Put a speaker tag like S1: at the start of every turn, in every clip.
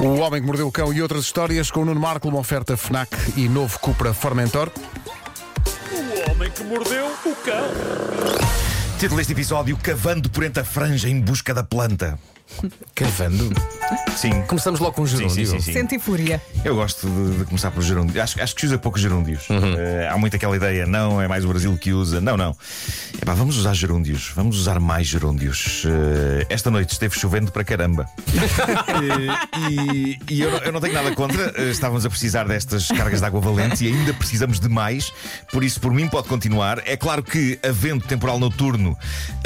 S1: O Homem que Mordeu o Cão e outras histórias com o Nuno Marco, uma oferta FNAC e novo Cupra Formentor.
S2: O homem que mordeu o cão.
S3: Título deste episódio: Cavando por entre a franja em busca da planta.
S4: Cavando?
S3: Sim.
S4: Começamos logo com o
S3: Sim,
S4: gerúndio.
S3: sim, sim, sim.
S5: Sente fúria.
S3: Eu gosto de, de começar pelo gerúndio. Acho, acho que se usa poucos gerúndios. Eh, há muito aquela ideia, não, é mais o Brasil que usa. Não, não. Epá, vamos usar gerúndios. Vamos usar mais gerúndios. Eh, esta noite esteve chovendo para caramba. Eh, e e eu, não- eu não tenho nada contra. Eh, estávamos a precisar destas cargas de água valente e ainda precisamos de mais. Por isso, por mim, pode continuar. É claro que, havendo temporal noturno,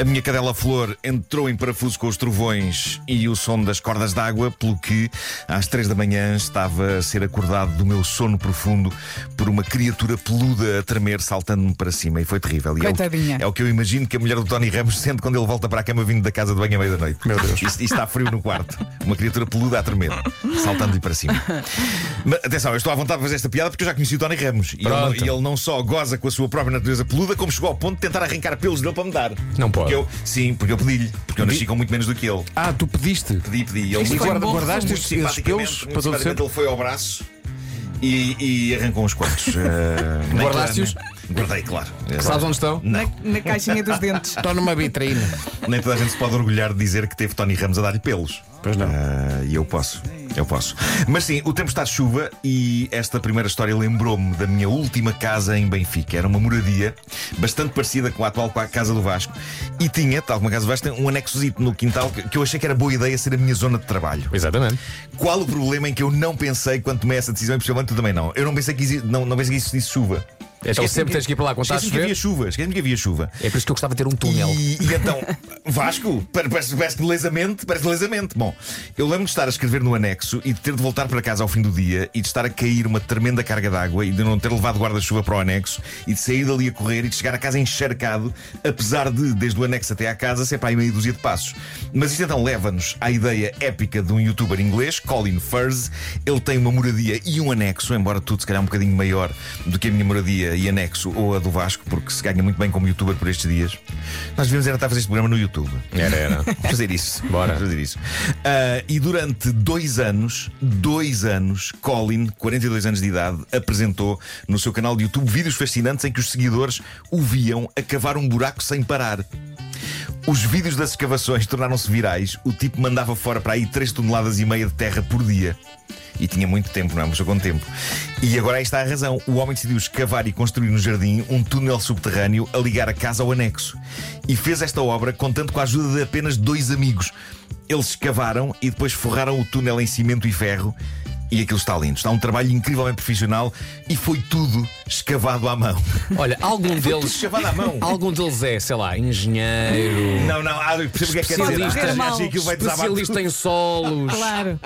S3: a minha cadela flor entrou em parafuso com os trovões e o som das cordas d'água, pelo que às três da manhã estava a ser acordado do meu sono profundo por uma criatura peluda a tremer, saltando-me para cima. E foi terrível. E é o-
S5: Coitadinha.
S3: é o que eu imagino que a mulher do Tony Ramos sente quando ele volta para a cama vindo da casa de banho à meia-noite. Meu Deus. E, e está frio no quarto. Uma criatura peluda a tremer, saltando-lhe para cima. Mas, atenção, eu estou à vontade de fazer esta piada porque eu já conheci o Tony Ramos. E ele, não, e ele não só goza com a sua própria natureza peluda, como chegou ao ponto de tentar arrancar pelos dele para me dar.
S4: Não pode.
S3: Porque eu, sim, porque eu pedi-lhe. Porque eu nasci com muito menos do que ele.
S1: Ah, tu pediste?
S3: Pedi, pedi. Ele
S1: E
S3: muito-
S1: guarda-
S5: bom
S1: guardaste
S3: muito
S1: estes, esses
S3: simpaticamente,
S1: pelos
S3: muito
S1: para todo
S3: simpaticamente,
S1: sempre?
S3: ele foi ao braço e, e arrancou uns quantos. Eh, nem-
S4: Guardaste-os?
S3: Guardei, claro.
S4: Sabes onde estão?
S5: Na, na caixinha dos dentes.
S1: Estou numa vitrine.
S3: Nem toda a gente se pode orgulhar de dizer que teve Tony Ramos a dar-lhe pelos.
S1: Pois não.
S3: Ah, E eu posso. Eu posso. Mas sim, o tempo está de chuva e esta primeira história lembrou-me da minha última casa em Benfica. Era uma moradia bastante parecida com a atual com a Casa do Vasco e tinha, tal como a Casa do Vasco, tem um anexozito no quintal que que eu achei que era boa ideia ser a minha zona de trabalho.
S4: Exatamente.
S3: Qual o problema em que eu não pensei quando tomei essa decisão e possivelmente tu também não? Eu não pensei que, exi- não, não pensei que existisse chuva.
S4: Então
S3: Esqueci-me
S4: sempre tens que ir para lá quando está a
S3: esqueci-me que
S4: chover.
S3: havia chuva. Esqueci-me que havia chuva.
S4: É por isso que eu gostava de ter um túnel.
S3: E, e então, Vasco, pare- parece, parece belezamente, parece belezamente. Bom, eu lembro de estar a escrever no anexo e de ter de voltar para casa ao fim do dia e de estar a cair uma tremenda carga de água e de não ter levado guarda-chuva para o anexo e de sair dali a correr e de chegar a casa encharcado, apesar de, desde o anexo até à casa, ser para aí meia dúzia de passos. Mas isto então leva-nos à ideia épica de um youtuber inglês, Colin Furze. Ele tem uma moradia e um anexo, embora tudo se calhar um bocadinho maior do que a minha moradia e anexo ou a do Vasco, porque se ganha muito bem como youtuber por estes dias. Nós devíamos era estar a fazer este programa no YouTube.
S4: Era, era.
S3: Fazer isso.
S4: Bora.
S3: Fazer isso. Ah, e durante dois anos, dois anos, Colin, 42 anos de idade, apresentou no seu canal de YouTube vídeos fascinantes em que os seguidores o viam a cavar um buraco sem parar. Os vídeos das escavações tornaram-se virais. O tipo mandava fora para aí 3 toneladas e meia de terra por dia. E tinha muito tempo, não é? Mas com tempo. E agora aí está a razão. O homem decidiu escavar e construir no jardim um túnel subterrâneo a ligar a casa ao anexo. E fez esta obra contando com a ajuda de apenas dois amigos. Eles escavaram e depois forraram o túnel em cimento e ferro. E aquilo está lindo. Está um trabalho incrivelmente profissional e foi tudo escavado à mão.
S4: Olha, algum
S3: Tudo
S4: deles.
S3: escavado à mão.
S4: Algum deles é, sei lá, engenheiro,
S3: Não, não, ah, eu percebo o que é que quer dizer.
S4: Especialista.
S3: Ah, já achei que aquilo vai desabar
S4: especialista
S3: tudo.
S4: em solos.
S5: Claro.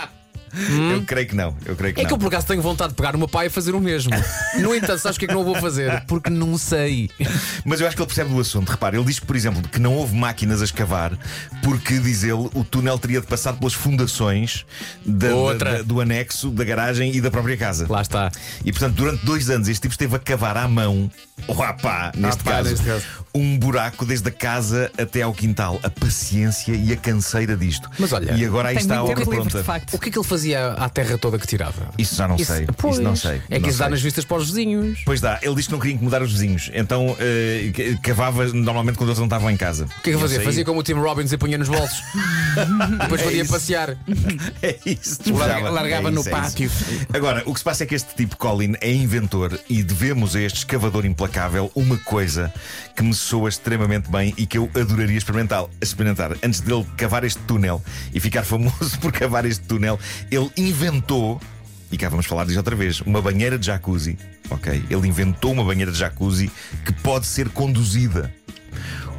S3: Eu creio que não, eu creio que
S4: É
S3: não.
S4: que eu por acaso tenho vontade de pegar uma pá e fazer o mesmo. No entanto, sabes o que é que não vou fazer? Porque não sei.
S3: Mas eu acho que ele percebe do assunto. Repare, ele diz, por exemplo, que não houve máquinas a escavar porque, diz ele, o túnel teria de passar pelas fundações da- da-
S4: Outra.
S3: da- do anexo, da garagem e da própria casa.
S4: Lá está.
S3: E portanto, durante dois anos, este tipo esteve a cavar à mão, ou à pá, neste,
S1: pá,
S3: caso,
S1: neste caso.
S3: um buraco desde a casa até ao quintal. A paciência e a canseira disto.
S4: Mas olha,
S3: e agora aí
S5: Tem
S3: está a
S5: muito
S3: obra
S5: tempo livre, de
S3: pronta.
S4: O
S5: facto.
S4: que é que ele fazia à terra toda que tirava?
S3: Isso já não sei. Isso não
S4: pois.
S3: sei.
S4: É que
S3: Não
S4: isso dá
S3: sei.
S4: nas vistas para os vizinhos.
S3: Pois dá, ele disse que não queria incomodar os vizinhos, então eh, ca- cavava normalmente quando eles não estavam em casa.
S4: O que é que fazia?
S3: Saía-
S4: Fazia como o Tim Robbins e punha nos bolsos. Depois podia
S3: isso.
S4: passear.
S3: É isso, despejava.
S1: largava
S3: É
S1: no
S3: isso, é
S1: pátio.
S3: isso. Agora, o que se passa é que este tipo, Colin, é inventor e devemos a este escavador implacável uma coisa que me soa extremamente bem e que eu adoraria experimentar. experimentar. Antes dele cavar este túnel e ficar famoso por cavar este túnel, ele inventou. E cá vamos falar disso outra vez. Uma banheira de jacuzzi. Ok? Ele inventou uma banheira de jacuzzi que pode ser conduzida.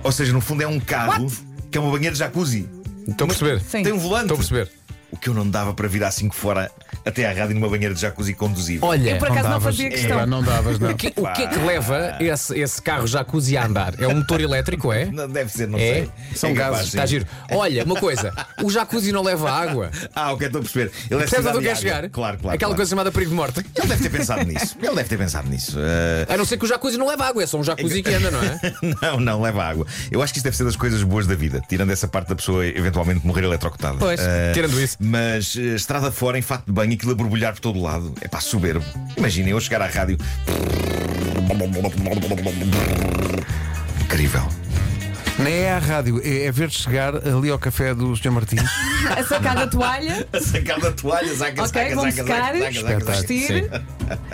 S3: Ou seja, no fundo é um carro que é uma banheira de jacuzzi.
S4: Estão a perceber?
S5: Sim.
S3: Tem um volante.
S4: Estou a perceber.
S3: O que eu não dava para vir assim que fora até à rádio numa banheira de jacuzzi conduzível.
S4: Olha,
S5: Eu por acaso não
S1: davas.
S5: fazia
S1: Pá,
S5: questão.
S1: Não davas, não.
S4: o que, o que é que leva esse, esse carro jacuzzi a andar? É um motor elétrico, é?
S3: Não, deve ser, não
S4: É?
S3: sei.
S4: São
S3: É capaz,
S4: gases.
S3: sim.
S4: Está giro. Olha, uma coisa: o jacuzzi não leva água.
S3: Ah, ok, estou a perceber. Ele
S4: Percebes onde
S3: deve
S4: eu quero
S3: precisar de água.
S4: chegar?
S3: Claro, claro.
S4: Aquela
S3: claro.
S4: coisa chamada perigo de morte.
S3: Ele deve ter pensado nisso. Ele deve ter pensado nisso. Ah,
S4: A não ser que o jacuzzi não leva água, é só um jacuzzi que anda, não é?
S3: não, não, leva água. Eu acho que isso deve ser das coisas boas da vida, tirando essa parte da pessoa eventualmente morrer eletrocutada.
S5: Pois.
S3: Ah,
S4: Tirando isso.
S3: Mas eh, estrada fora, em fato de banho, aquilo a borbulhar por todo lado. É pá, soberbo. Imaginem eu chegar à rádio. Incrível.
S1: Nem é a rádio, é, é ver chegar ali ao café do Sr. Martins.
S5: A sacar da toalha,
S3: A sacar da toalha, saca,
S5: Ok,
S3: saca,
S5: vão
S3: saca,
S5: secar.
S3: saca, saca, saca, saca.
S5: vestir,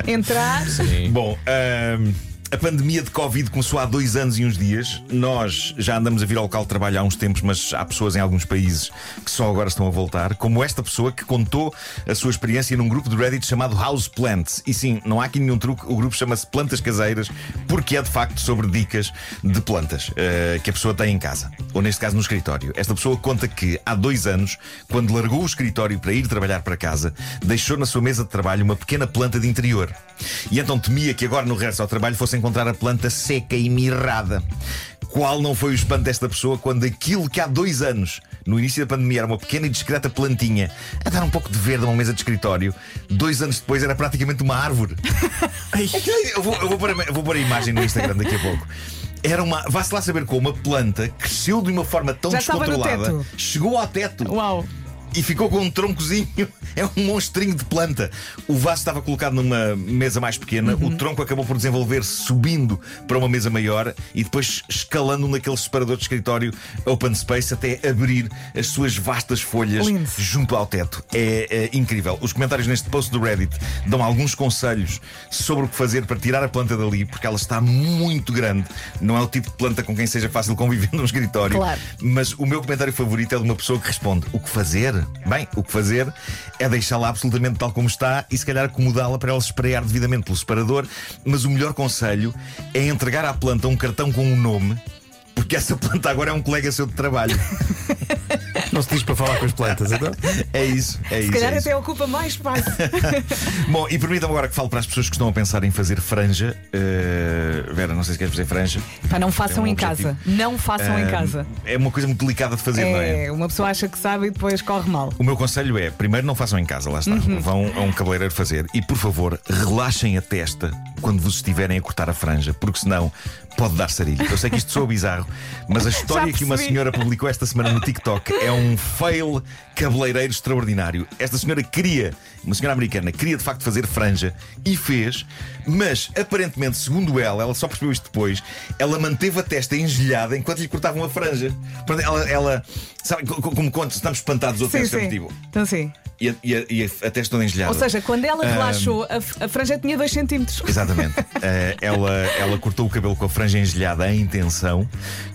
S5: entrar.
S3: Bom, ahm, a pandemia de Covid começou há dois anos e uns dias. Nós já andamos a vir ao local de trabalho há uns tempos, mas há pessoas em alguns países que só agora estão a voltar, como esta pessoa que contou a sua experiência num grupo de Reddit chamado House Plants. E sim, não há aqui nenhum truque, o grupo chama-se Plantas Caseiras, porque é de facto sobre dicas de plantas eh, que a pessoa tem em casa, ou neste caso no escritório. Esta pessoa conta que há dois anos, quando largou o escritório para ir trabalhar para casa, deixou na sua mesa de trabalho uma pequena planta de interior. E então temia que agora no regresso ao trabalho fosse encontrar a planta seca e mirrada. Qual não foi o espanto desta pessoa quando aquilo que há dois anos, no início da pandemia, era uma pequena e discreta plantinha a dar um pouco de verde a uma mesa de escritório, dois anos depois era praticamente uma árvore. É Eu vou, eu vou pôr a, eu vou pôr a imagem no Instagram daqui a pouco. Era uma, vá-se lá saber como, uma planta cresceu de uma forma tão
S5: Já estava no
S3: descontrolada,
S5: teto.
S3: chegou ao teto
S5: Uau!
S3: e ficou com um troncozinho. É um monstrinho de planta. O vaso estava colocado numa mesa mais pequena,
S5: Uhum.
S3: o tronco acabou por desenvolver-se subindo para uma mesa maior e depois escalando um daqueles separadores de escritório open space até abrir as suas vastas folhas
S5: Lindo.
S3: junto ao teto. É, é incrível. Os comentários neste post do Reddit dão alguns conselhos sobre o que fazer para tirar a planta dali, porque ela está muito grande. Não é o tipo de planta com quem seja fácil conviver num escritório.
S6: Claro.
S3: Mas o meu comentário favorito é de uma pessoa que responde: O que fazer? Bem, o que fazer é deixá-la absolutamente tal como está e se calhar acomodá-la para ela se espreiar devidamente pelo separador. Mas o melhor conselho é entregar à planta um cartão com um nome. Porque essa planta agora é um colega seu de trabalho.
S1: Não se diz para falar com as plantas, então?
S3: É isso, é isso.
S5: Se calhar
S3: é isso.
S5: até ocupa mais espaço.
S3: Bom, e permitam-me agora que falo para as pessoas que estão a pensar em fazer franja. Eh, Vera, não sei se queres fazer franja.
S5: Pá, não
S3: É
S5: façam
S3: um
S5: em
S3: objetivo.
S5: casa. Não façam em
S3: Eh,
S5: casa.
S3: É uma coisa muito delicada de fazer, não é?
S5: É, uma pessoa acha que sabe e depois corre mal.
S3: O meu conselho é: primeiro não façam em casa, lá está.
S5: Uhum.
S3: Vão a um cabeleireiro fazer e, por favor, relaxem a testa quando vos estiverem a cortar a franja, porque senão pode dar sarilho. Eu sei que isto soa bizarro, mas a história que uma
S5: percebi.
S3: senhora publicou esta semana no TikTok é um fail cabeleireiro extraordinário. Esta senhora queria, uma senhora americana, queria de facto fazer franja e fez, mas aparentemente, segundo ela, ela só percebeu isto depois, ela manteve a testa engelhada enquanto lhe cortavam a franja. Portanto, Ela, ela sabe, co- co- como quando estamos espantados ou
S5: Sim,
S3: temos
S5: sim.
S3: tipo,
S5: Então sim.
S3: e a, e a- e a- a testa toda engelhada.
S5: Ou seja, quando ela
S3: Ahm.
S5: relaxou, a, f- a franja tinha 2 centímetros.
S3: Exatamente. Eh, ela, ela cortou o cabelo com a franja engelhada em tensão.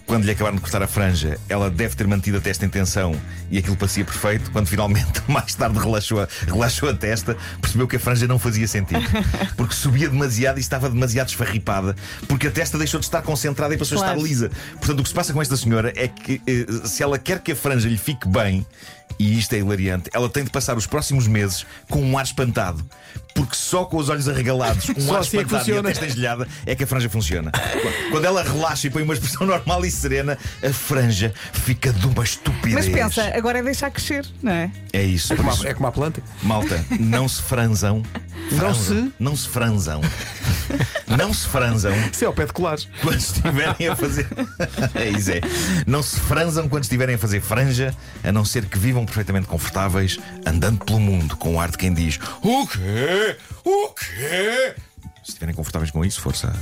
S3: Quando lhe acabaram de cortar a franja, ela deve ter mantido a testa em tensão e aquilo parecia perfeito. Quando finalmente, mais tarde, relaxou a, relaxou a testa, percebeu que a franja não fazia sentido. Porque subia demasiado e estava demasiado esfarripada. Porque a testa deixou de estar concentrada e passou a
S5: Claro.
S3: estar lisa. Portanto, o que se passa com esta senhora é que eh, se ela quer que a franja lhe fique bem, e isto é hilariante, ela tem de passar os próximos meses com um ar espantado. Porque só com os olhos arregalados, um
S1: Só
S3: ar
S1: assim é que
S3: espantado e a
S1: funciona.
S3: testa engelhada é que a franja funciona. Qu- Quando ela relaxa e põe uma expressão normal e serena, a franja fica de uma
S5: Mas
S3: estupidez.
S5: pensa, agora é deixar crescer, não é?
S3: É isso.
S1: É como
S3: Por isso,
S1: a, é como a planta.
S3: Malta, não se franzam.
S1: Não
S3: Franzam.
S1: se?
S3: Não se franzam. Não se franzam
S1: Isso é o pé de colares.
S3: quando estiverem a fazer. é isso é. Não se franzam quando estiverem a fazer franja, a não ser que vivam perfeitamente confortáveis, andando pelo mundo com o ar de quem diz: O quê? O quê? Se estiverem confortáveis com isso, força,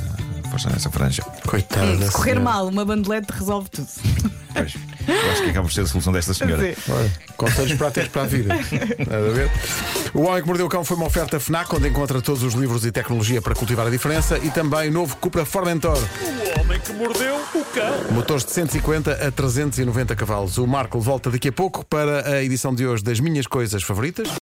S3: força nessa franja.
S1: Coitada.
S5: Se correr mal, uma bandelete resolve tudo.
S3: Pois, eu acho que acaba por ser a solução desta senhora.
S5: Sim.
S1: Olha, conselhos práticos para a vida. Nada a ver. O Homem que Mordeu o Cão foi uma oferta FNAC, onde encontra todos os livros e tecnologia para cultivar a diferença e também novo Cupra Formentor.
S2: O homem que mordeu o cão.
S1: Motores de 150 a 390 cavalos. O Marco volta daqui a pouco para a edição de hoje das Minhas Coisas Favoritas.